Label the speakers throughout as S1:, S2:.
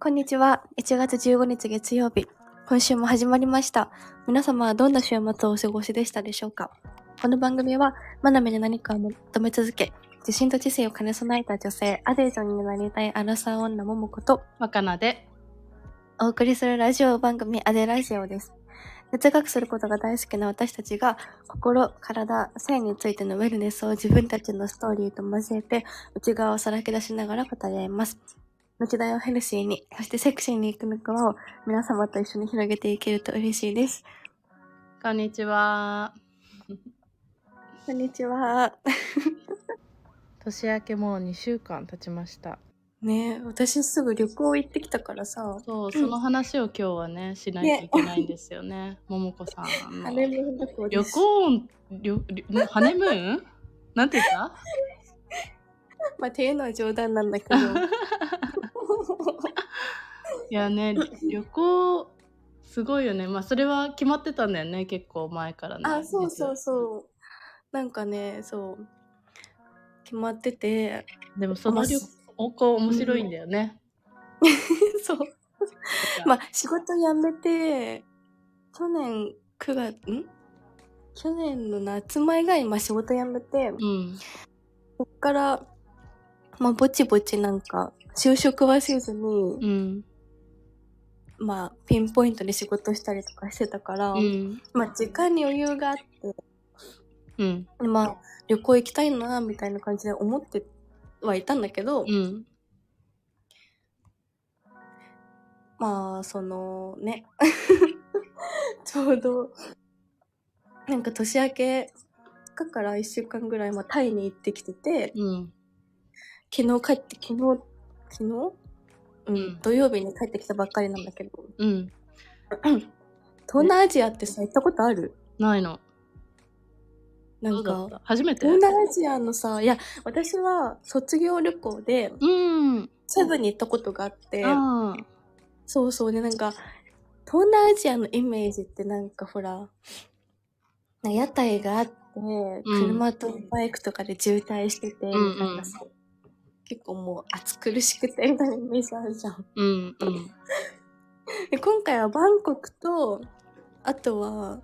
S1: こんにちは。1月15日月曜日。今週も始まりました。皆様はどんな週末をお過ごしでしたでしょうかこの番組は、真鍋で何かを求め続け、自信と知性を兼ね備えた女性、アデージョンになりたいアラサー女桃子と、
S2: 若菜で。
S1: お送りするラジオ番組アデラジオです。哲学することが大好きな私たちが心、体、性についてのウェルネスを自分たちのストーリーと交えて内側をさらけ出しながら語り合います。後代をヘルシーに、そしてセクシーに行くく輪を皆様と一緒に広げていけると嬉しいです。
S2: こんにちは。
S1: こんにちは。
S2: 年明けもう2週間経ちました。
S1: ねえ、私すぐ旅行行ってきたからさ、
S2: そう、その話を今日はね、しないといけないんですよね。ももこさん
S1: ハ
S2: の。
S1: ネムーン旅行で
S2: 旅
S1: す。
S2: 行音、旅旅ハネムーンなんて言った
S1: まあ、っていうのは冗談なんだけど。
S2: いやね、旅行、すごいよね。まあ、それは決まってたんだよね、結構前からね。
S1: あ、そうそうそう。なんかね、そう。決まってて。
S2: う。でも、その旅行、面白いんだよね。
S1: そう。まあ、仕事辞めて、去年9月、ん去年の夏前が今仕事辞めて、
S2: うん。
S1: こっから、まあ、ぼちぼちなんか、就職はせずに、
S2: うん。
S1: まあ、ピンポイントで仕事したりとかしてたから、
S2: うん。
S1: まあ、時間に余裕があって、
S2: うん。
S1: まあ、旅行行きたいな、みたいな感じで思ってはいたんだけど、
S2: うん。
S1: まあそのね ちょうどなんか年明け2日から1週間ぐらい、まあ、タイに行ってきてて
S2: うん。
S1: 昨日帰って昨日昨日うん、
S2: うん
S1: 土曜日に帰ってきたばっかりなんだけど
S2: うん。
S1: 東南アジアってさ行ったことある
S2: ないの。
S1: なん
S2: どうだ
S1: か
S2: った初めて
S1: 東南アジアのさいや私は卒業旅行で
S2: うん。
S1: セブンに行ったことがあって
S2: あー
S1: そうそうね、なんか、東南アジアのイメージってなんかほら、なんか屋台があって、車とバイクとかで渋滞してて、
S2: んうん
S1: なんかさ、結構もう暑苦しくてみたいなイメージあるじゃん。
S2: うんうん。
S1: で、今回はバンコクと、あとは、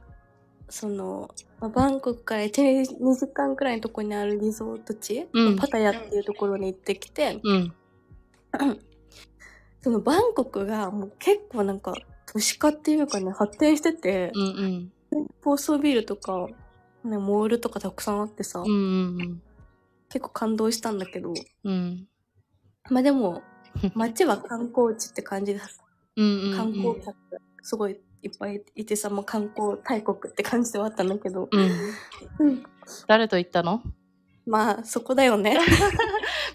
S1: その、まあバンコクから1、2時間くらいのとこにあるリゾート地、
S2: うん
S1: パタヤっていうところに行ってきて、
S2: うん。
S1: そのバンコクがもう結構なんか都市化っていうかね、発展してて、
S2: うんうん。
S1: 高層ビルとか、ね、モールとかたくさんあってさ、
S2: うんうん
S1: 結構感動したんだけど、
S2: うん。うん。
S1: まあでも、街は観光地って感じです。
S2: うんうん。
S1: 観光客、すごいいっぱいいてさ、まあ、観光大国って感じではあったんだけど、
S2: うん。
S1: うん
S2: 誰と行ったの
S1: まあそこだよ ね。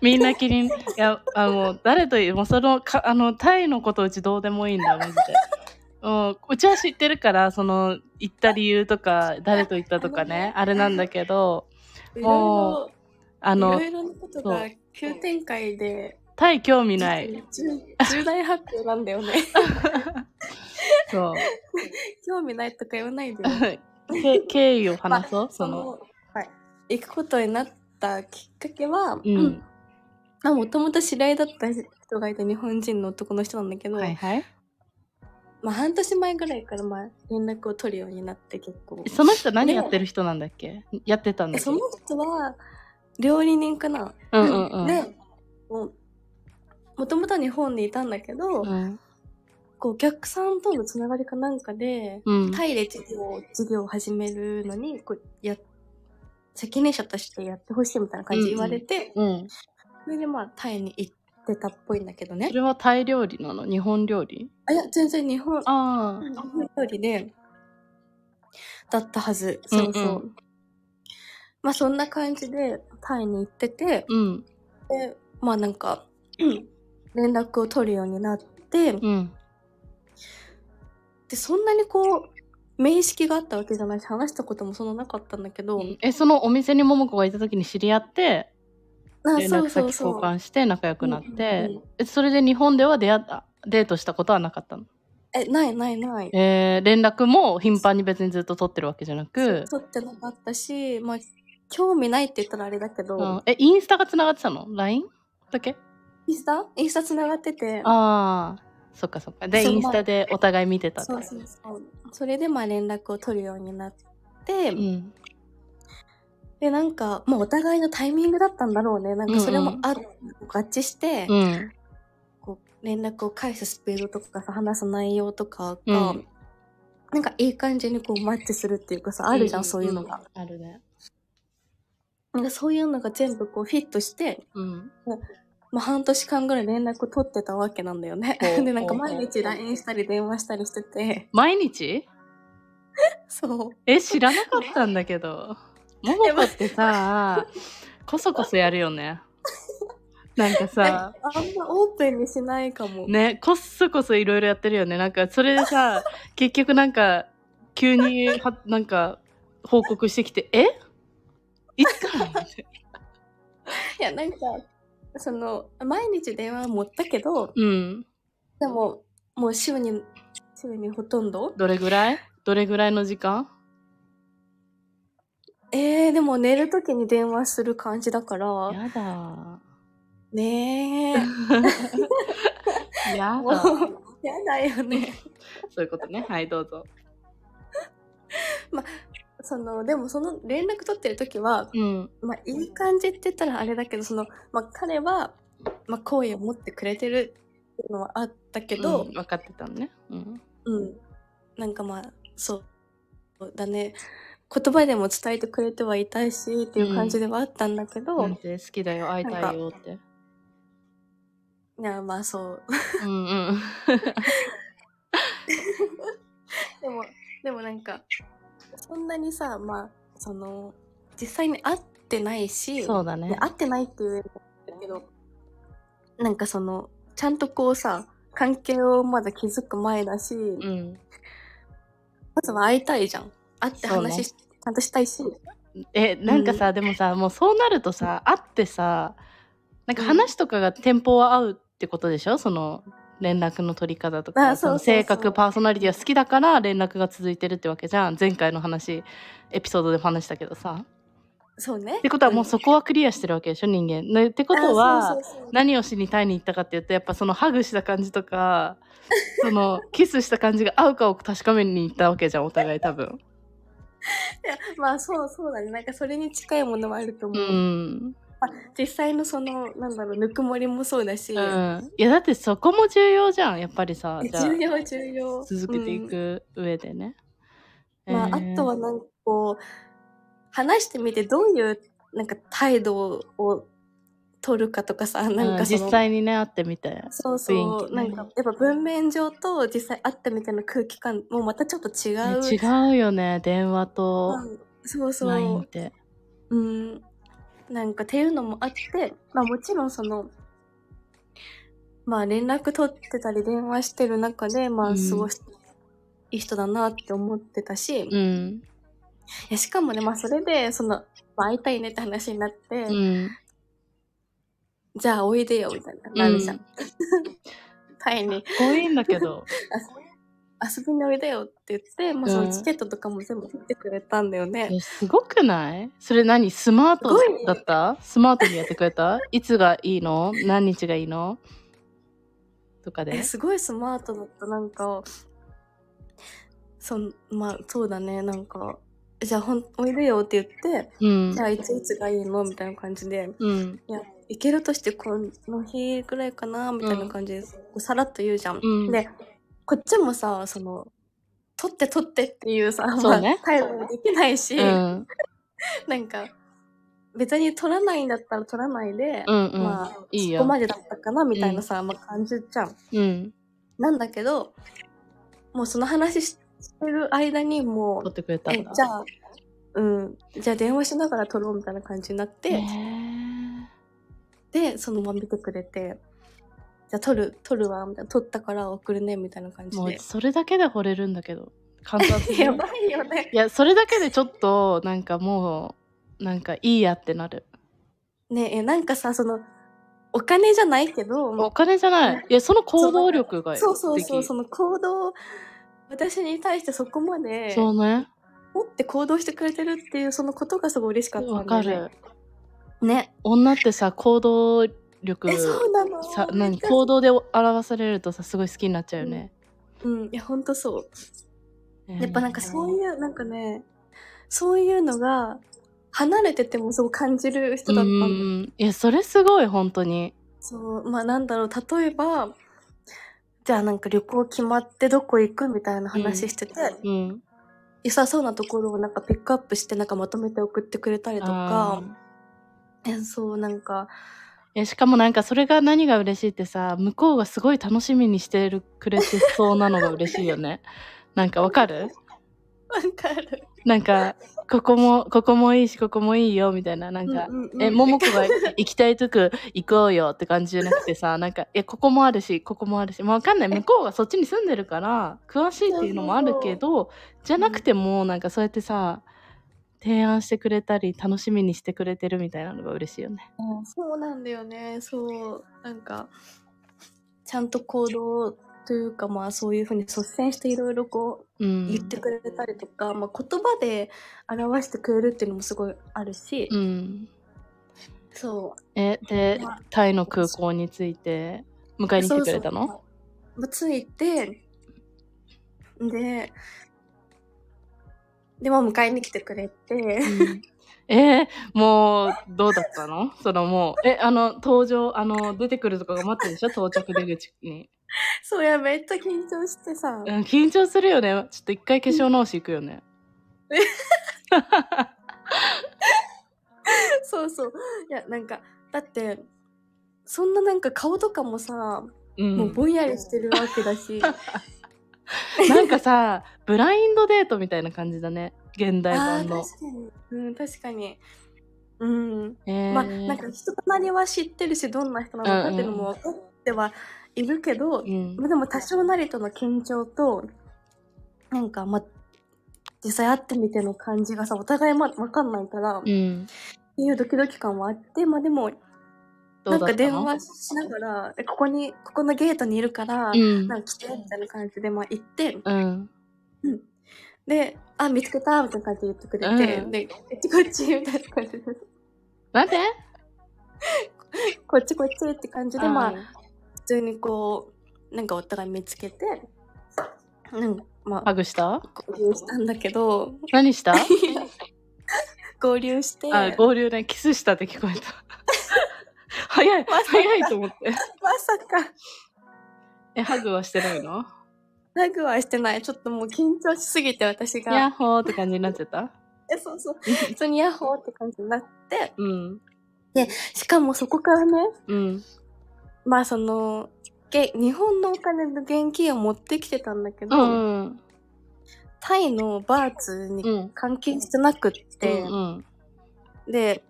S2: みんな気に、いや、あの、誰と言う、もうその、かあの、タイのことうちどうでもいいんだよ、マジで。もううちは知ってるから、その、行った理由とか、誰と行ったとかね、あれなんだけど、
S1: いろ
S2: あ
S1: いろ、
S2: の
S1: いろ、いろなことが急展開で、
S2: タイ興味ない。
S1: 重重大発表なんだよね。
S2: そう。
S1: 興味ないとか言わないでよ。
S2: け経緯を話そう、
S1: そ
S2: その。
S1: の、はい、行くことになったきっかけは、
S2: うん。
S1: まあ、もともと知り合いだった人がいた日本人の男の人なんだけど、
S2: はいはい。
S1: まあ、半年前ぐらいからまあ連絡を取るようになって結構
S2: その人何やってる人なんだっけ、やってたん
S1: え
S2: だっけ
S1: その人は料理人かな、
S2: うんうんう ん。
S1: でもともとは日本にいたんだけど、
S2: うん
S1: こうお客さんとのつながりかなんかで、
S2: うん。
S1: タイで事業事業を始めるのにこうや責任者としてやってほしいみたいな感じで言われて、
S2: うん。
S1: それでまあタイに行ってたっぽいんだけどね
S2: それはタイ料理なの日本料理
S1: あいや全然日本
S2: ああ。
S1: 日本料理で、だったはず。
S2: うん
S1: そ
S2: うん
S1: うそう。まあそんな感じでタイに行ってて、
S2: うん。
S1: で、まあなんか、うん連絡を取るようになって、
S2: うん。
S1: で、そんなにこう、面識があったわけじゃないし、話したこともそんななかったんだけど、
S2: え、そのお店にももこがいた時に知り合って、
S1: あ
S2: 連絡先交換して仲良くなっ
S1: うんうん
S2: て
S1: うん、
S2: えそれで日本では出会った、デートしたことはなかったの
S1: え、ないないない。
S2: えー連絡も頻繁に別にずっと取ってるわけじゃなく、
S1: 取ってなかったし、まあ、興味ないって言ったらあれだけど、
S2: うん、え、インスタがつながってたの ?LINE? だけ
S1: インスタインスタ繋がってて、
S2: ああ、そっかそっか。で、
S1: そう
S2: インスタでお互い見てたって
S1: そうそうそう。それでまあ連絡を取るようになって、
S2: うん。
S1: で、なんか、まあお互いのタイミングだったんだろうね。なんかそれもあ、合致して、
S2: うん。
S1: こう連絡を返すスピードとかさ話す内容とか
S2: う
S1: が、
S2: ん
S1: なんかいい感じにこうマッチするっていうかさあるじゃん、そういうのが、。
S2: んあるね。
S1: なんかそういうのが全部こうフィットして、
S2: うん。
S1: まあ、半年間ぐらい連絡を取ってたわけなんだよね
S2: ほ う
S1: でなんか
S2: ほうほう
S1: 毎日 LINE したり電話したりしてて
S2: 毎日
S1: そう
S2: え、知らなかったんだけど。ももこってさ、こそこそやるよね。なんかさ、
S1: あんまオープンにしないかも、
S2: ね、こっそこそいろいろやってるよね。なんか、それでさ、結局なんか、急には、なんか、報告してきて、えいつから
S1: いやなんかその毎日電話持ったけど
S2: うん。
S1: でももう週に週にほとんど
S2: どれぐらいどれぐらいの時間
S1: えー、でも寝るときに電話する感じだから
S2: やだ
S1: ねえ
S2: ー。や
S1: もう
S2: だ。
S1: やだよね。
S2: そういうことね。はい、どうぞ。
S1: そのでもその連絡取ってる時は、
S2: うん。
S1: まあ、いい感じって言ったらあれだけどその、まあ、彼は、まあ、好意を持ってくれてるっていうのはあったけど
S2: うん、分かってたのね。うん。
S1: うんなんかまあそうだね言葉でも伝えてくれてはいたいしっていう感じではあったんだけど、
S2: なんて好きだよ、会いたいよって。
S1: いやまあそう
S2: うんうん。
S1: でもでもなんかそんなにさまあその実際に会ってないし
S2: そうだ
S1: ね
S2: ね。
S1: 会ってないっていうだけどなんかそのちゃんとこうさ関係をまだ築く前だし、ま
S2: うん。
S1: ずは会いたいじゃん会って
S2: そうね
S1: 話し、ちゃんとしたいし
S2: え、なんかさ、でもさ、もうそうなるとさ、会ってさ、なんか話とかがテンポは合うってことでしょその、連絡の取り方とか、
S1: あそうそうそう
S2: の性格、パーソナリティが好きだから連絡が続いてるってわけじゃん。前回の話、エピソードでも話したけどさ。
S1: そうね
S2: ってことはもうそこはクリアしてるわけでしょ人間。ねってことは、
S1: あそうそうそう
S2: 何をしにタイに行ったかっていうとやっぱそのハグした感じとかそのキスした感じが合うかを確かめに行ったわけじゃんお互い多分
S1: いやまあそうそうだねなんかそれに近いものはあると思
S2: う
S1: う、
S2: ん、
S1: 実際のそのなんだろうぬくもりもそうだし、
S2: うん、いやだってそこも重要じゃんやっぱりさじゃ
S1: 重要重要
S2: あ続けてい、く上でね、
S1: うんまあ、
S2: えー
S1: あとはなんかこう話してみてどういうなんか態度を取るかとかさなん
S2: う
S1: かその、
S2: 実際にね会ってみて
S1: そうそ
S2: 雰囲
S1: う、
S2: 気
S1: な
S2: ね
S1: んかやっぱ文面上と実際会ったみたいな空気感もまたちょっと違う、
S2: ね違うよね電話と
S1: うんそう
S2: LINE っ
S1: そ
S2: て
S1: ううんなんかっていうのもあってまあもちろんそのまあ連絡取ってたり電話してる中でま
S2: う
S1: あ
S2: ん
S1: すごい、いい人だなって思ってたし、い
S2: うん
S1: やしかもねまあそれでその、まあ、会いたいねって話になって、
S2: うん
S1: じゃあおいでよみたいななるじゃん、
S2: うん
S1: タイに
S2: かっこいいんだけ ど
S1: 遊びにおいでよって言って、まあ、そ
S2: うん
S1: のチケットとかも全部取ってくれたんだよね、
S2: えすごくないそれ何スマート
S1: すごいね
S2: だったスマートにやってくれた いつがいいの何日がいいのとか
S1: え
S2: です
S1: ごいスマートだったなんかそんまあそうだねなんかじゃあほんおいでよって言って、
S2: うん
S1: じゃあいついつがいいのみたいな感じで
S2: うん
S1: いや行けるとしてこの日ぐらいかなみたいな感じで、こうさらっと言うじゃん、
S2: うん
S1: でこっちもさその取って取ってっていうさ、
S2: そうね
S1: まあ態度もできないし、
S2: うん
S1: なんか別に取らないんだったら取らないで、
S2: うんうん、
S1: まあ
S2: いい
S1: そこ
S2: よ
S1: までだったかなみたいなさ、まあ、感じじゃん
S2: うん
S1: なんだけど、もうその話してる間にもう
S2: 取っ、てくれた
S1: え、
S2: ん
S1: じ
S2: だ
S1: ゃあ、うん、じゃあ電話しながら撮ろうみたいな感じになって、
S2: ね
S1: で、そのまま見てくれて、じゃあ撮る、撮るわ、みたいな、撮ったから送るね、みたいな感
S2: え
S1: じ
S2: もう
S1: で。
S2: それだけで惚れるんだけど簡単す ぎ
S1: や
S2: る
S1: ばいよね。
S2: いやそれだけでちょっとなんかもうなんかいいやってなる
S1: ねえ、なんかさ、その、お金じゃないけ
S2: お
S1: ど、
S2: 金じゃないいやその行動力が
S1: そうそうそう、
S2: 素
S1: その行動、私に対してそこま
S2: 敵
S1: で、
S2: そうね
S1: 持って行動してくれてるっていうそのことがすごい嬉しかったんだよね。
S2: わかる。
S1: ね。
S2: 女ってさ、行動力
S1: え、、そうなの
S2: さ、何、
S1: こ
S2: 行動で表されるとさ、すごい好きになっちゃうよね。
S1: う。うん、いや、ほんとそう。
S2: ね
S1: やっぱなんかそう
S2: う。
S1: いう、なんかね、そういうのが、離れててもそう感じる人
S2: うん
S1: だ
S2: う
S1: ったんだよね
S2: ん。いや、それすごい、本当に。
S1: そう、まあなんだろう、例えば、じゃあなんか旅行決まってどこ行くみたいな話してて、
S2: うん。
S1: 良さそうなところをなんかピックアップしてなんかまとめて送ってくれたりと
S2: あ
S1: か
S2: ー、
S1: えそうなんか、
S2: えしかもなんかそれが何が嬉しいってさ向こうがすごい楽しみにしてるくれてそうなのが嬉しい よねなんかわかる
S1: わかる。
S2: なんかここもここもいいしここもいいよみたいななんか、
S1: うんうんうん
S2: えももこが行きたいとこ行こうよって感じじゃなくてさなんかえここもあるしここもあるしまあわかんない向こうがそっちに住んでるから詳しいっていうのもあるけどじゃなくてもなんかそうやってさ提案してくれたり楽しみにしてくれてるみたいなのが嬉しいよね。
S1: そうなんだよね。そう。なんか、ちゃんと行動というか、まあそういうふうに率先していろいろこう
S2: う、
S1: ん言ってくれたりとか、まあ言葉で表してくれるっていうのもすごいあるし、
S2: うん
S1: そう。
S2: えで
S1: まあ
S2: タイの空港に着いて迎えに来てくれたの
S1: そうそうついて、で、でも迎えに来てくれて、
S2: うんえーもうどうだったのそのもうえあの登場あの出てくるとこが待ってるでしょ到着出口に、
S1: そういや、めっちゃ緊張してさ、
S2: うん、緊張するよねちょっと一回化粧直し行くよね
S1: うんそうそう。いや、なんか、だって、そんななんか顔とかもさ、
S2: うん
S1: もうぼん やりしてるわけだ し、
S2: なんかさブラインドデートみたいな感じだね現代
S1: ああー
S2: 版の
S1: 確かにうん確かにうん、
S2: えー
S1: まあなんか人となりは知ってるしどんな人なのかっていうのも分かってはいるけど、
S2: うん
S1: まあでも多少なりとの緊張となんかまあ実際会ってみての感じがさお互いま分かんないから、っ
S2: うん
S1: ていうドキドキ感はあってまあでも
S2: どう
S1: な
S2: だ
S1: んか
S2: ったの
S1: 電話しながらえここにここのゲートにいるから、
S2: うん
S1: なんか来てみたいな感じでまあ行って、
S2: うん
S1: うんで、あ、見つけたみたいな感じで言ってくれて、
S2: うん
S1: で、こっちこっちみたいな感じで、
S2: なんで
S1: こっちこっちって感じで、まあ、
S2: あ
S1: 普通にこう、なんかお互い見つけて、なんか、まあ、
S2: ハグした
S1: 合流したんだけど、
S2: 何した
S1: 合流して、
S2: あ、合流ね、キスしたって聞こえた。 早 い、
S1: まさか
S2: 早いと思って。
S1: まさか、
S2: え、ハグはしてないの
S1: ラグはしてない。ちょっともう緊張しすぎて、私
S2: ヤッ
S1: が。
S2: ホーって感じになっちゃった
S1: え、そうそう。普通にヤッホーって感じになって、
S2: うん。
S1: しかもそこからね、
S2: うん。
S1: まあその、げ日本のお金の現金を持ってきてたんだけ
S2: う
S1: ど、
S2: ん。
S1: タイのバーツに
S2: うん。
S1: 関係してなくって、
S2: うん。
S1: で、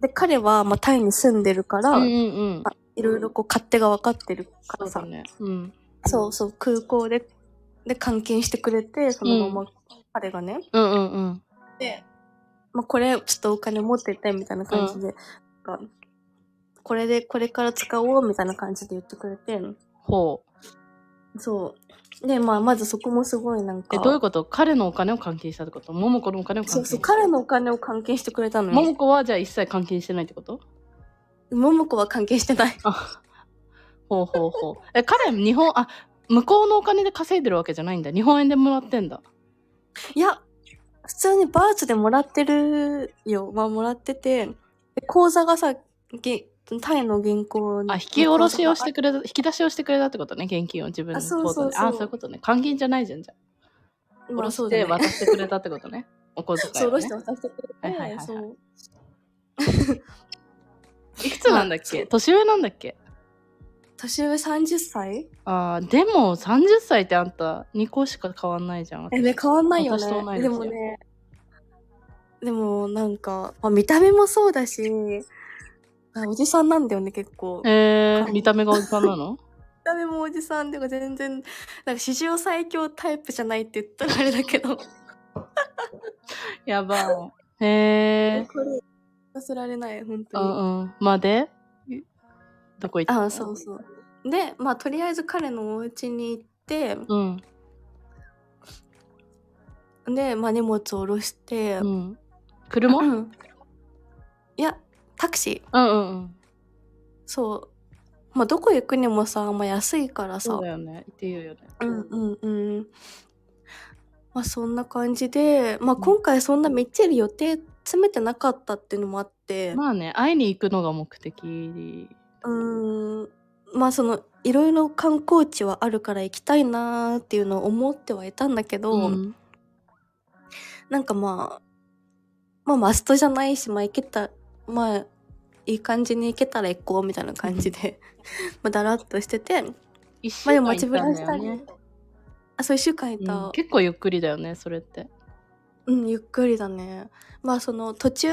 S1: で、彼は、まあ、タイに住んでるから、
S2: うんうん。
S1: いろいろこう、勝手が分かってるから
S2: そうだ
S1: さ、
S2: ね。うん。
S1: そうそう、空港で、で、監禁してくれて、そのま
S2: う
S1: ま、彼がね、
S2: うんうんうん。
S1: で、まあ、これ、ちょっとお金持ってて、みたいな感じで、なんかこれで、これから使おう、みたいな感じで言ってくれて、
S2: ほう。
S1: そう。で、まあ、まずそこもすごいなんか、
S2: え、どういうこと彼のお金を換金したってこと桃子のお金を換
S1: そ
S2: 金
S1: うそう、彼のお金を監禁してくれたのよ。
S2: 桃子はじゃあ一切換金してないってこと
S1: 桃子は関係してない。
S2: あ、ほうほうほう。え、彼、日本、あ、向こうのお金で稼いでるわけじゃないんだ。日本円でもらってんだ。
S1: いや、普通にバーツでもらってるよ。まあ、もらってて、で口座がさ、げタイの銀行に
S2: あ、引き下ろしをしてくれた、引き出しをしてくれたってことね、現金を自分の
S1: あそう
S2: 口座で。
S1: そうそう
S2: あ、そういうことね。換金じゃないじゃん、じゃあ。
S1: まあ
S2: 下ろ
S1: そう
S2: し
S1: だね
S2: て渡してくれたってことね。お小遣い、ね。
S1: そう、下ろして渡してくれて、
S2: はいはいはいはい
S1: そう。
S2: いくつなんだっけ年上なんだっけ
S1: 年上30歳
S2: あーでも30歳ってあんた2個しか変わんないじゃん。
S1: え、ね、変わんないよ
S2: 私と同い
S1: ね。で
S2: 年
S1: もね、でもなんか、まあ、見た目もそうだし、あおじさんなんだよね、結構。見
S2: えー、見た目がおじさんな の
S1: た目もおじさんでも全然、なんか史上最強タイプじゃないって言ったらあれだけど。
S2: やばい。えー、
S1: これ、させられない、本
S2: う
S1: 当に。
S2: んうん。まあでどこ行った
S1: あそうそう。で、まあ、とりあえず彼のお家に行って、
S2: うん。
S1: で、まあ、荷物を下ろして、
S2: うん。車
S1: う
S2: う
S1: んんいやタクシー
S2: うんうん。
S1: そう、まあ、どこ行くにもさ、まあ、安いからさ
S2: そうだよね。っていうよね。
S1: うんうんうんまあそんな感じで、まあ、今回そんなめっちゃ予定詰めてなかったっていうのもあって、
S2: まあね、会いに行くのが目的。
S1: うーんまあそのいろいろ観光地はあるから行きたいなーっていうのを思ってはいたんだけど、
S2: ん。
S1: なんかまあまあマストじゃないしまあ行けたまあいい感じに行けたら行こうみたいな感じで まあだらっとしててま
S2: 一週
S1: あで
S2: 間
S1: も
S2: 行っ
S1: 街
S2: た
S1: ぶら
S2: んだ
S1: したり、
S2: よね。
S1: あそう1週間いた、
S2: うん、結構ゆっくりだよね、それって。
S1: うん、ゆっくりだね。まあその途中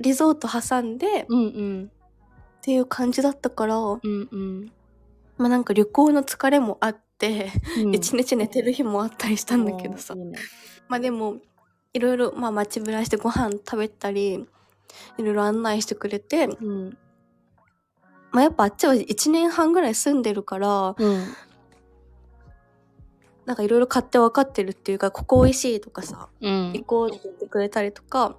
S1: リゾート挟んでっ
S2: うんうん。
S1: ていう感じだったから、
S2: うんうん。
S1: まあなんか旅行の疲れもあって、
S2: うん
S1: 一日寝てる日もあったりしたんだけどさ
S2: おー。いいね
S1: まあでもいろいろまあ街ぶらしてご飯食べたり、いろいろ案内してくれて、
S2: うん。
S1: まあやっぱあっちは1年半ぐらい住んでるから、
S2: うん。
S1: なんかいろいろ買って分かってるっていうか、ここ美味しいとかさ、
S2: うん
S1: 行こうって言ってくれたりとか、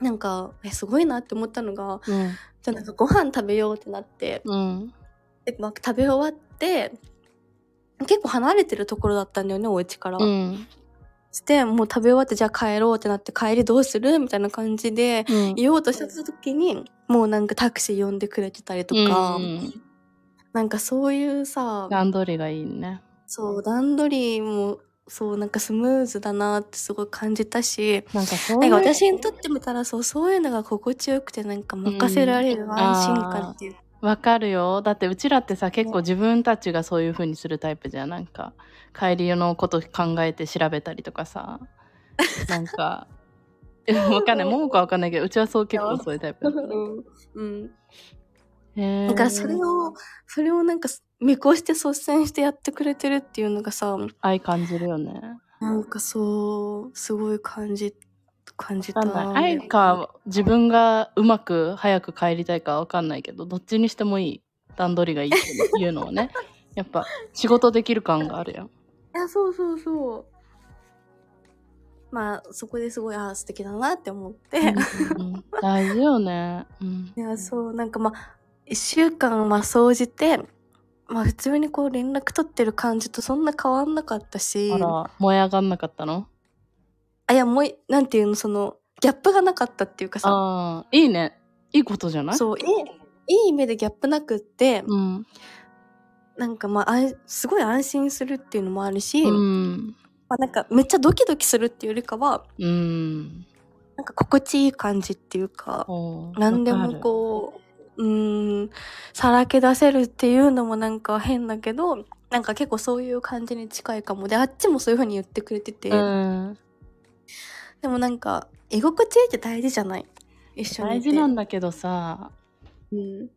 S1: なんか、え、すごいなって思ったのが、
S2: うん。
S1: じゃあなんかご飯食べようってなって、
S2: うん。
S1: で、まあ、食べ終わって結構離れてるところだったんだよねお家から。
S2: うん。
S1: してもう食べ終わってじゃあ帰ろうってなって帰りどうするみたいな感じで
S2: うん
S1: 言おうとした時にもうなんかタクシー呼んでくれてたりとか、
S2: うん
S1: なんかそういうさ
S2: 段取りがいいね。
S1: そう段取りもそうなんかスムーズだなってすごい感じたし。
S2: なんかそう
S1: ないん
S2: う。
S1: か私にとってみたらそうそういうのが心地よくてなんか任せられる安心感っていうか
S2: わかるよ。だってうちらってさ、結構自分たちがそういう風にするタイプじゃん。なんか、帰りのこと考えて調べたりとかさ。なん か、わかんない。ももかわかんないけど、うちはそう結構 そういうタイプだった。
S1: うん、
S2: へー
S1: なんかそれをそれをなんか見越して率先してやってくれてるっていうのがさ
S2: 愛感じるよね。
S1: なんかそうすごい感じ感じた
S2: わかんない。愛か、自分がうまく早く帰りたいかわかんないけど、どっちにしてもいい。段取りがいいっていうのはね。やっぱ、仕事できる感があるやん。
S1: いやそうそうそうまあそこですごいあー素敵だなって思って、
S2: うんうんうん大事よね。うん
S1: いやそうなんかまあ1週間まあ総じてまあ普通にこう連絡取ってる感じとそんな変わんなかったし
S2: あら、燃え上がんなかったの
S1: あいやもういなんていうのそのギャップがなかったっていうかさ
S2: ああ、いいね。いいことじゃない
S1: そういいいい意味でギャップなくって、
S2: うん。
S1: なんかまああんすごい安心するっていうのもあるし、
S2: うん。
S1: まあ、なんかめっちゃドキドキするっていうよりかは
S2: うん。
S1: なんか心地いい感じっていうか
S2: おー
S1: 何で
S2: わか
S1: も
S2: る
S1: こううーんさらけ出せるっていうのもなんか変だけどなんか結構そういう感じに近いかもであっちもそういう風に言ってくれてて、
S2: うん。
S1: でもなんか居心地いいって大事じゃない一緒に
S2: 大
S1: いて
S2: 事なんだけどさ、
S1: うん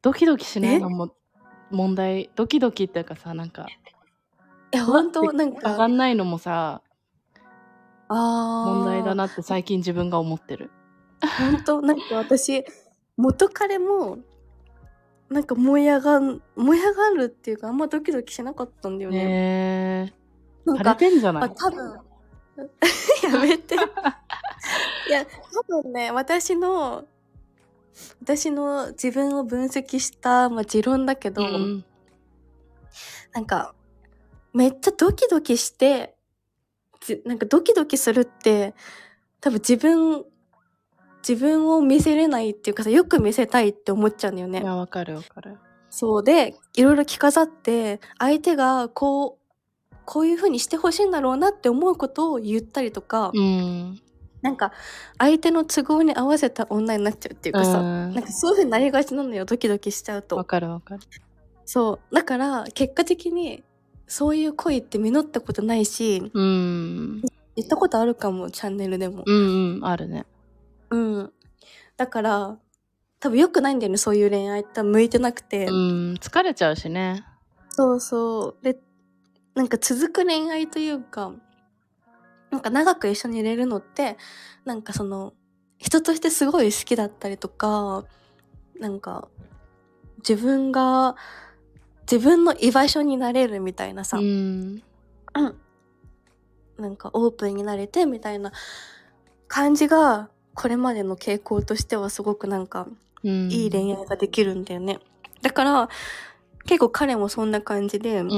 S2: ドキドキしないのも問題、ドキドキっていうかさ、なんか、
S1: いや本当なん
S2: 上が
S1: か
S2: んないのもさ、
S1: あー
S2: 問題だなって最近自分が思ってる。
S1: 本当なんか私元彼もなんか燃え上がん燃え上がるっていうかあんまドキドキしなかったんだよね。
S2: ねえ
S1: な
S2: ー。
S1: ん
S2: 枯れ
S1: か
S2: てんじゃな
S1: あ
S2: い
S1: 多分 やめていや多分ね私の私の自分を分析した、まあ、持論だけど、
S2: うん
S1: なんかめっちゃドキドキしてじなんかドキドキするって多分自分自分を見せれないっていうかさよく見せたいって思っちゃうんだよね
S2: い。や、わかるわかる。
S1: そうでいろいろ着飾って相手がこうこういう風にしてほしいんだろうなって思うことを言ったりとか、
S2: うん。
S1: なんか相手の都合に合わせた女になっちゃうっていうかさ、
S2: うん
S1: なんかそういう風になりがちなのよドキドキしちゃう
S2: わ
S1: と。
S2: かるわかる。
S1: そうだから結果的にそういう恋って実ったことないし
S2: うん。
S1: 言ったことあるかもチャンネルでも。
S2: うんうん、あるね。
S1: うん、だから多分良くないんだよねそういう恋愛って向いてなくて。
S2: うん、疲れちゃうしね。
S1: そうそう。で、なんか続く恋愛というか、なんか長く一緒にいれるのって、なんかその、人としてすごい好きだったりとか、なんか、自分が、自分の居場所になれるみたいなさ、
S2: うん。
S1: なんかオープンになれてみたいな感じがこれまでの傾向としてはすごくなんか
S2: うん
S1: いい恋愛ができるんだよね。だから結構彼もそんな感じで、
S2: うん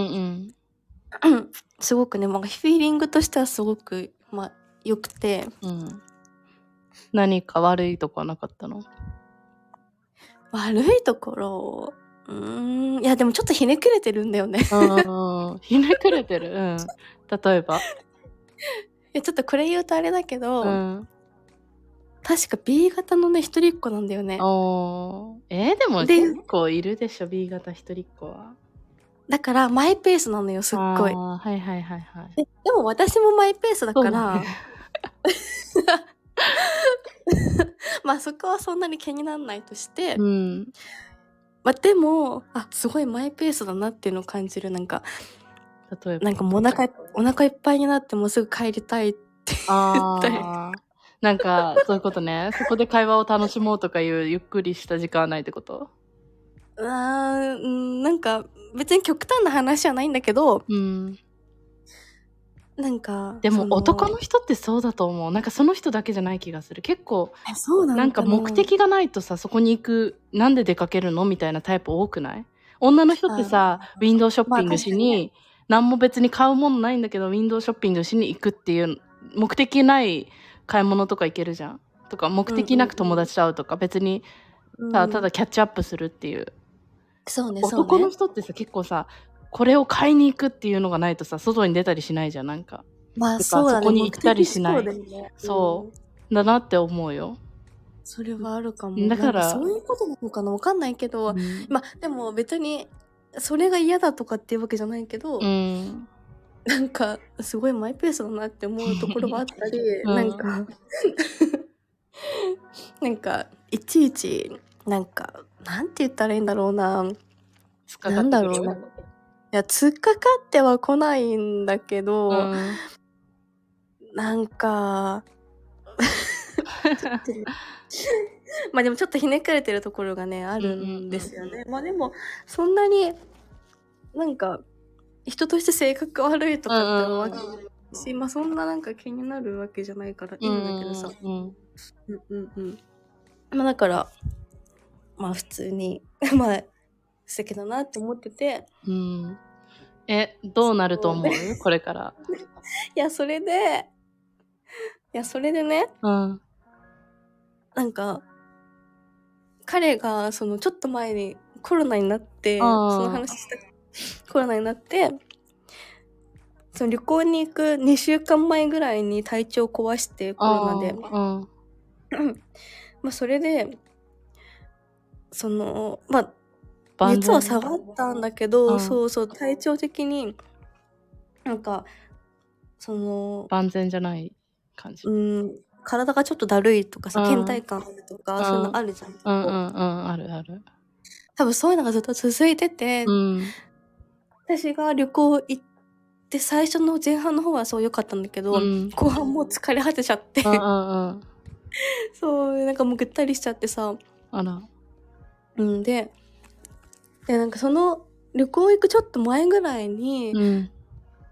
S2: うん。
S1: すごくね、まあ、フィーリングとしてはすごく、まあ、良くて
S2: うん。何か悪いとこはなかったの
S1: 悪いところうーんいやでもちょっとひねくれてるんだよね。
S2: うん。ひねくれてる。うん。例えば。
S1: いやちょっとこれ言うとあれだけど、
S2: うん。
S1: 確か B 型のね一人っ子なんだよね。
S2: おーえーでも
S1: で
S2: 結構いるでしょ、B 型一人っ子は。
S1: だからマイペースなのよすっごい
S2: あ。ーはいはいはいはい。
S1: ででも私もマイペースだか
S2: そう
S1: ら
S2: ね、
S1: まあそこはそんなに気にならないとして、
S2: うん。
S1: まあでもあすごいマイペースだなっていうのを感じるなんか
S2: 例えば。
S1: なんかもうお腹いお腹いっぱいになってもうすぐ帰りたい
S2: あ
S1: 絶
S2: あ。なんか、そういうことね。そこで会話を楽しもうとかいう、ゆっくりした時間はないってこと
S1: うーんなんか別に極端な話じゃないんだけど
S2: うん。
S1: なんか
S2: で
S1: そ
S2: も、男の人ってそうだと思う。なんか、その人だけじゃない気がする。結構、
S1: えそうなの
S2: なんか目的がないとさ、そこに行く、なんで出かけるのみたいなタイプ多くない女の人ってさ、ウィンドウショッピングし
S1: まあ
S2: に、何も別に買うもんないんだけど、ウィンドウショッピングしに行くっていう、目的ない買い物とか行けるじゃん。とか、目的なく友達と会うとか、別に、ただただキャッチアップするっていう。
S1: そうねそうね
S2: 男の人ってさ結構さこれを買いに行くっていうのがないとさ外に出たりしないじゃんなんか
S1: まあ
S2: とか
S1: そうだね
S2: そこに行ったりしない
S1: 目的そうだよね
S2: そう
S1: うん
S2: だなって思うよ、
S1: それはあるかも
S2: だから
S1: なんそういうことなのかなわかんないけど、
S2: うん
S1: まあでも別にそれが嫌だとかっていうわけじゃないけど、
S2: うん、
S1: なんかすごいマイペースだなって思うところはあったり、
S2: ん
S1: なんかなんかいちいちなんかなんて言ったらいいんだろうな
S2: つかか
S1: な
S2: っ
S1: ん
S2: てく
S1: だ
S2: る
S1: ろうないや突っかかっては来ないんだけど、
S2: うん
S1: なん かまあでもちょっとひねくれてるところがねあるんですよね、まあでもそんなになんか人として性格悪いとかってわけじゃないし、まあそんななんか気になるわけじゃないからいいんだけどさ、
S2: うん
S1: うんうんうんまあだからまあ普通に まあ素敵だなって思ってて
S2: うんえどうなると思うこれから
S1: いやそれでいやそれでね
S2: うん
S1: なんか、彼が、その、ちょっと前にコロナになって、そ
S2: あー
S1: の話した、コロナになって、その旅行に行く2週間前ぐらいに体調壊して、コロナで。
S2: あ
S1: まあ、それで、その、まあ、
S2: ーうん
S1: 熱は下がったんだけど、
S2: うん
S1: そうそう、体調的に、なんか、その、
S2: 万全じゃない感じ、う、
S1: うんん、体がちょっとだるいとかさ、
S2: うん
S1: 倦怠感あると
S2: う
S1: か、
S2: ん
S1: そういうのあるじゃん。
S2: うんうんあるある
S1: 多分そういうのがずっと続いてて、
S2: うん
S1: 私が旅行行って最初の前半の方はそう良かったんだけど、
S2: うん
S1: 後半もう疲れ果てちゃって、
S2: うんうんうん
S1: そうなんかもうぐったりしちゃってさ、
S2: あら
S1: うんででなんかその旅行行くちょっと前ぐらいに、
S2: うん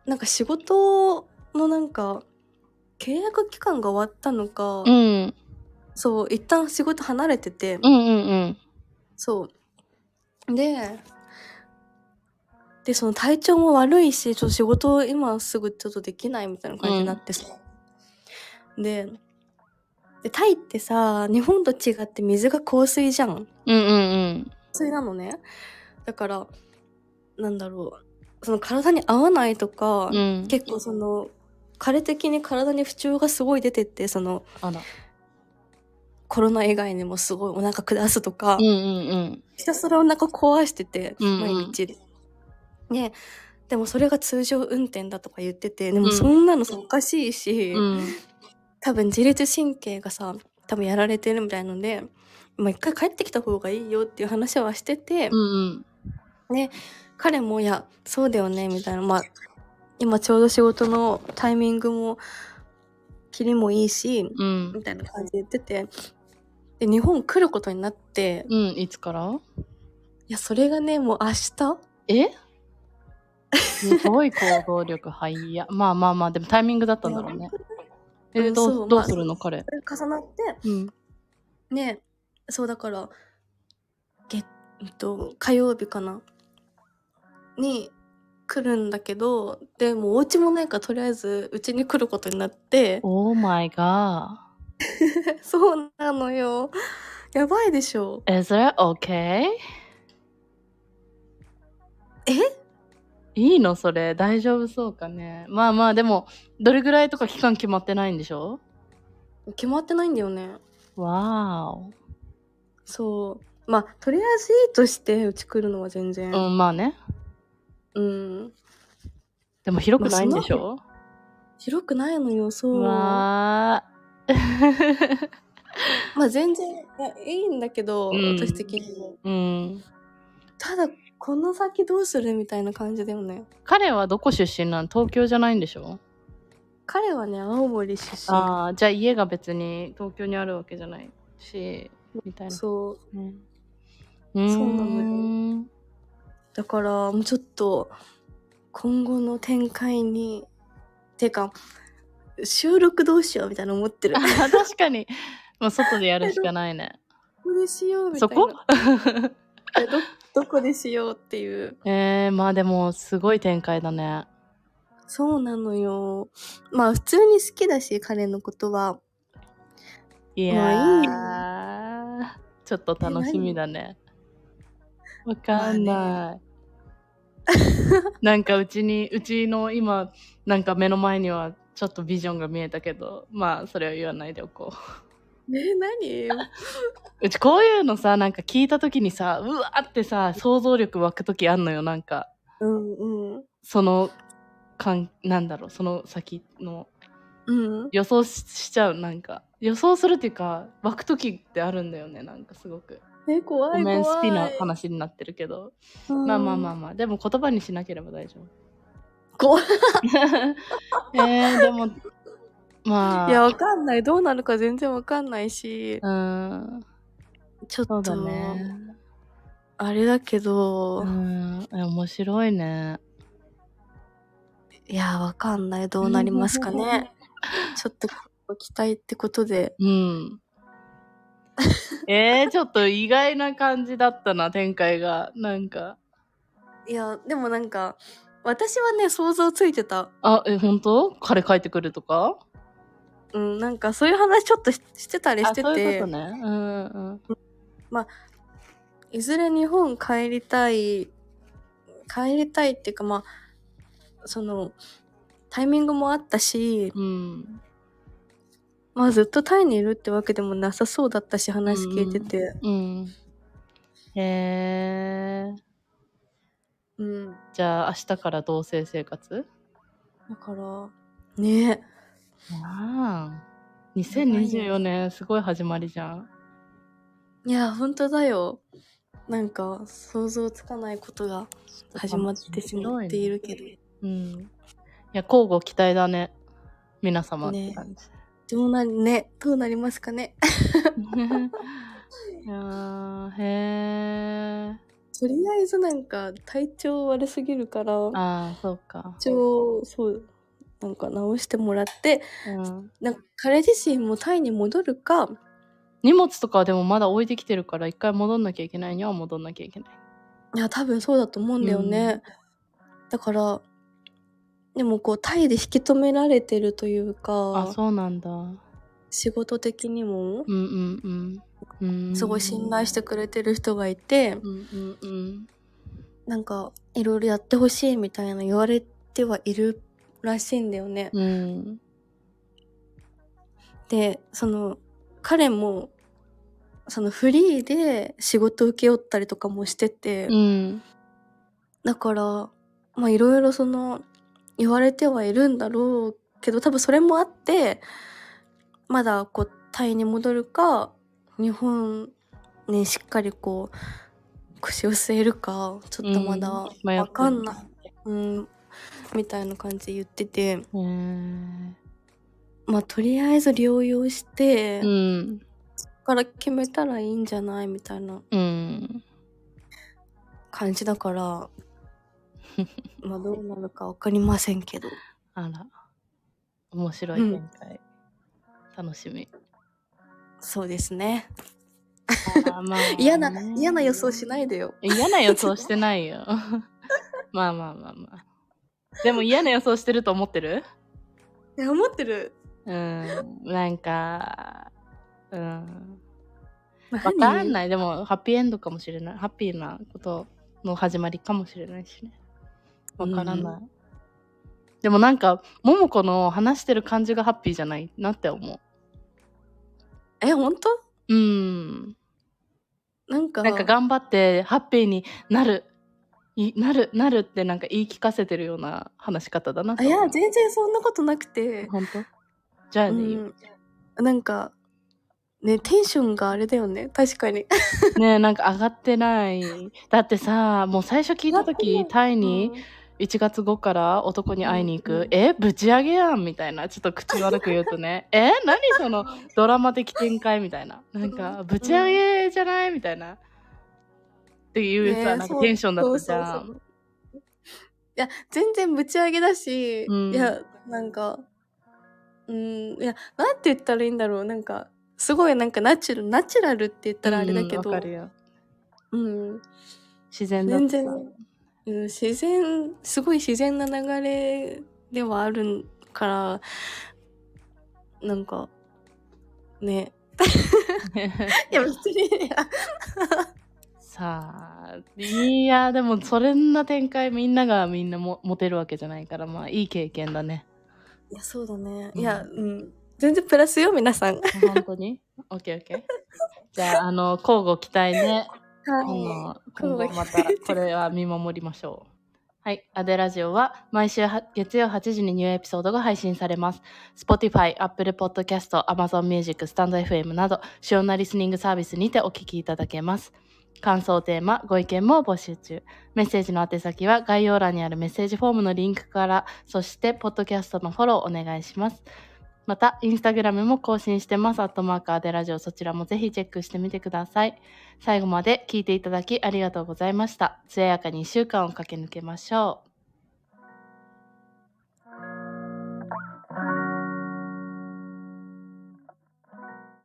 S1: なんか仕事のなんか契約期間が終わったのか、
S2: うん
S1: そう一旦仕事離れてて、
S2: うんうんうん
S1: そう。で、で、その体調も悪いし、ちょっと仕事今すぐちょっとできないみたいな感じになってさ。で、で、タイってさ、日本と違って水が硬水じゃん。
S2: うんうんうん
S1: それなのね。だから、なんだろう。その体に合わないとか、
S2: うん
S1: 結構その、彼的に体に不調がすごい出てって、その、
S2: あら
S1: コロナ以外にもすごいお腹下すとか、
S2: うんうんうん
S1: ひたすらお腹壊してて、
S2: うんうん
S1: 毎日。ねでもそれが通常運転だとか言ってて、で
S2: う
S1: も
S2: ん
S1: そんなのさおかしいし、
S2: うん
S1: 多分自律神経がさ、多分やられてるみたいので、まあ一回帰ってきた方がいいよっていう話はしてて、
S2: うん
S1: 彼もいや、そうだよね、みたいな。まあ、今ちょうど仕事のタイミングも、切りもいいし、
S2: うん
S1: みたいな感じで言ってて、で、日本来ることになって、い
S2: うん、いつから
S1: や、それがね、もう明日
S2: えすごい行動力、はいや。まあまあまあ、でもタイミングだったんだろうね。
S1: いや
S2: え、ど、
S1: そうう
S2: ど
S1: ま
S2: う
S1: あ
S2: するの彼。
S1: それ重なって
S2: うん。
S1: ねそうだから月うんと火曜日かなに来るんだけどでもうお家もないからとりあえずうちに来ることになって
S2: オーマイガ
S1: そうなのよやばいでしょ
S2: ー。Is that okay?
S1: え
S2: いいのそれ。大丈夫そうかね。まあまあ、でも、どれぐらいとか期間決まってないんでしょ
S1: 決まってないんだよね
S2: わー
S1: そうまあとりあえずいいとしてうち来るのは全然
S2: お。うん、まあね。
S1: うん
S2: でも広くないんでしょ、
S1: 広くないのよそうう
S2: わー。
S1: まあ全然いやいいんだけど、
S2: うん
S1: 私的にも
S2: うん。
S1: ただこの先どうするみたいな感じだよね
S2: 彼はどこ出身なん東京じゃないんでしょ
S1: 彼はね青森出身
S2: ああ、じゃあ家が別に東京にあるわけじゃないし、みたいな。
S1: そう
S2: う,、ね、
S1: そうな
S2: のよ。
S1: だからもうちょっと今後の展開にてか収録どうしようみたいな思ってる
S2: あー 確かに。もう外でやるしかないね。
S1: ここでしようみたい
S2: そ
S1: な
S2: こ
S1: いやどどこでしようっていう
S2: えー、まあでも、すごい展開だね。
S1: そうなのよまあ普通に好きだし彼のことはいま
S2: やー、ちょっと楽しみだね。わかんない。なんかうちに、うちの今、なんか目の前にはちょっとビジョンが見えたけど、まあそれは言わないでおこ
S1: ねえ何
S2: う。うちこういうのさ、なんか聞いた時にさ、うわーってさ、想像力湧く時あんのよ、なんか。
S1: うんうん
S2: その、かんなんだろう、その先の
S1: うん
S2: 予想ししちゃう、なんか。予想するっていうか、湧く時ってあるんだよね、なんかすごく。
S1: え怖
S2: ご
S1: い怖い
S2: めん、スピな話になってるけど。
S1: うん
S2: まあまあまあまあ、でも言葉にしなければ大丈夫。
S1: 怖い
S2: えー、でも、まあ、
S1: いや、わかんない。どうなるか全然わかんないし
S2: う、ーん、
S1: ちょっ
S2: そうだ
S1: と、
S2: ね。
S1: あれだけ
S2: う
S1: ど、
S2: ん、え面白いね。
S1: いや、わかんない。どうなりますかね。 ちょっと、期待ってことで。
S2: うん。えー、ちょっと意外な感じだったな、展開が。なんか。
S1: いや、でもなんか、私はね、想像ついてた。
S2: あ、え、本当彼帰ってくるとか
S1: うん、なんか、そういう話ちょっとししてたりして
S2: あ、そうい
S1: て
S2: うことね。うんうん。
S1: いずれ日本帰りたい、帰りたいっていうか、まあ、その、タイミングもあったし、
S2: うん。
S1: まあずっとタイにいるってわけでもなさそうだったし、話聞いてて。
S2: うん。へえー。
S1: うん。
S2: じゃあ、明日から同棲生活
S1: だから、ね
S2: ああ。2024年、すごい始まりじゃん。
S1: いや、本当だよ。なんか、想像つかないことが始まってしまっているけど。
S2: うん。いや、交互期待だね。皆様って感じ。
S1: どうなるね、どうなりますかね。
S2: いやーへえ。
S1: とりあえずなんか、体調悪すぎるから、
S2: ああ、そうか。
S1: 体調を、そう、なんか直してもらって、
S2: うん、
S1: なんか彼自身もタイに戻るか、
S2: 荷物とかはでもまだ置いてきてるから、一回戻んなきゃいけないには戻んなきゃいけない。
S1: いや、多分そうだと思うんだよね。だから、でもこう、タイで引き止められてるという
S2: あ
S1: か、
S2: そうなんだ。うん
S1: 仕事的にも、
S2: うんうん。うん、
S1: すごい信頼してくれてる人がいて、
S2: うんうんうん。
S1: なんかいろいろやってほしいみたいな言われてはいるらしいんだよね。
S2: うん。
S1: でその彼もそのフリーで仕事受け負ったりとかもしてて、
S2: うん。
S1: だからまあいろいろその言われてはいるんだろうけど多分それもあってまだこうタイに戻るか日本にしっかりこう腰を据えるかちょっとまだ
S2: うん迷ってる
S1: わかんない、うん、みたいな感じで言ってて
S2: へー
S1: まあとりあえず療養して、
S2: うん。
S1: から決めたらいいんじゃないみたいな
S2: うん。
S1: 感じだからまあどうなるかわかりませんけど。
S2: あら。面白い展開。楽しみ。
S1: そうですね。
S2: あまあ
S1: 嫌な、嫌な予想し
S2: い
S1: ないでよ。
S2: 嫌な予想してないよ。 まあまあまあまあ。でも嫌な予想してると思ってる
S1: いや、思ってる。
S2: うん。なんか、うん。
S1: わ
S2: わかんない。でも、ハッピーエンドかもしれない。ハッピーなことの始まりかもしれないしね。わからない。でもなんか、ももこの話してる感じがハッピーじゃないなって思
S1: え、本当
S2: う。うん。
S1: なんか、
S2: なんか頑張ってハッピーになるいなるなるってなんか言い聞かせてるような話し方だなと
S1: あい
S2: 思う
S1: や、全然そんなことなくて。
S2: 本当じゃあ
S1: う
S2: ね、いいよ
S1: ん、なんか、ね、テンションがあれだよね。確かに。
S2: ねえなんか上がってないだってさもう最初聞いた
S1: 上が
S2: 時
S1: って
S2: タイ
S1: う
S2: に
S1: ん
S2: 1月後から男に会いに行く、
S1: うんうん
S2: えぶち上げやんみたいなちょっと口悪く言うとね え何そのドラマ的展開みたいななんか
S1: うん
S2: ぶち上げじゃないみたいなっていうさ、
S1: ねえ
S2: なん
S1: そ
S2: か
S1: う
S2: テンションだったじゃん
S1: そうそうそういや、全然ぶち上げだし、
S2: うん
S1: いや、なんか、うん、いや、なんて言ったらいいんだろう。なんか、すごいなんかナチュラル、ナチュラルって言ったらあれだけ
S2: うん
S1: ど、
S2: わかるよ
S1: うん、
S2: 自然だった
S1: 全然、うん、自然、すごい自然な流れではあるから、なんか、ね。いや、別に、 いや
S2: さあ、いや、でも、それんな展開、みんながみんなもモテるわけじゃないから、まあ、いい経験だね。
S1: いや、そうだね。
S2: うん
S1: いや、うん。全然プラスよ、皆さん。は
S2: 本当に オッケーオッケー。じゃあ、あの、交互期待ね。あ
S1: い。
S2: の、今後また、これは見守りましょう。はい。アデラジオは毎週は月曜8時にニューエピソードが配信されます。Spotify、Apple Podcast、Amazon Music、StandFM など主要なリスニングサービスにてお聞きいただけます。感想テーマ、ご意見も募集中。メッセージの宛先は概要欄にあるメッセージフォームのリンクから、そして、ポッドキャストのフォローお願いします。また、インスタグラムも更新してます。アットマークアデラジオ、そちらもぜひチェックしてみてください。最後まで聞いていただきありがとうございました。艶やかに1週間を駆け抜けましょう。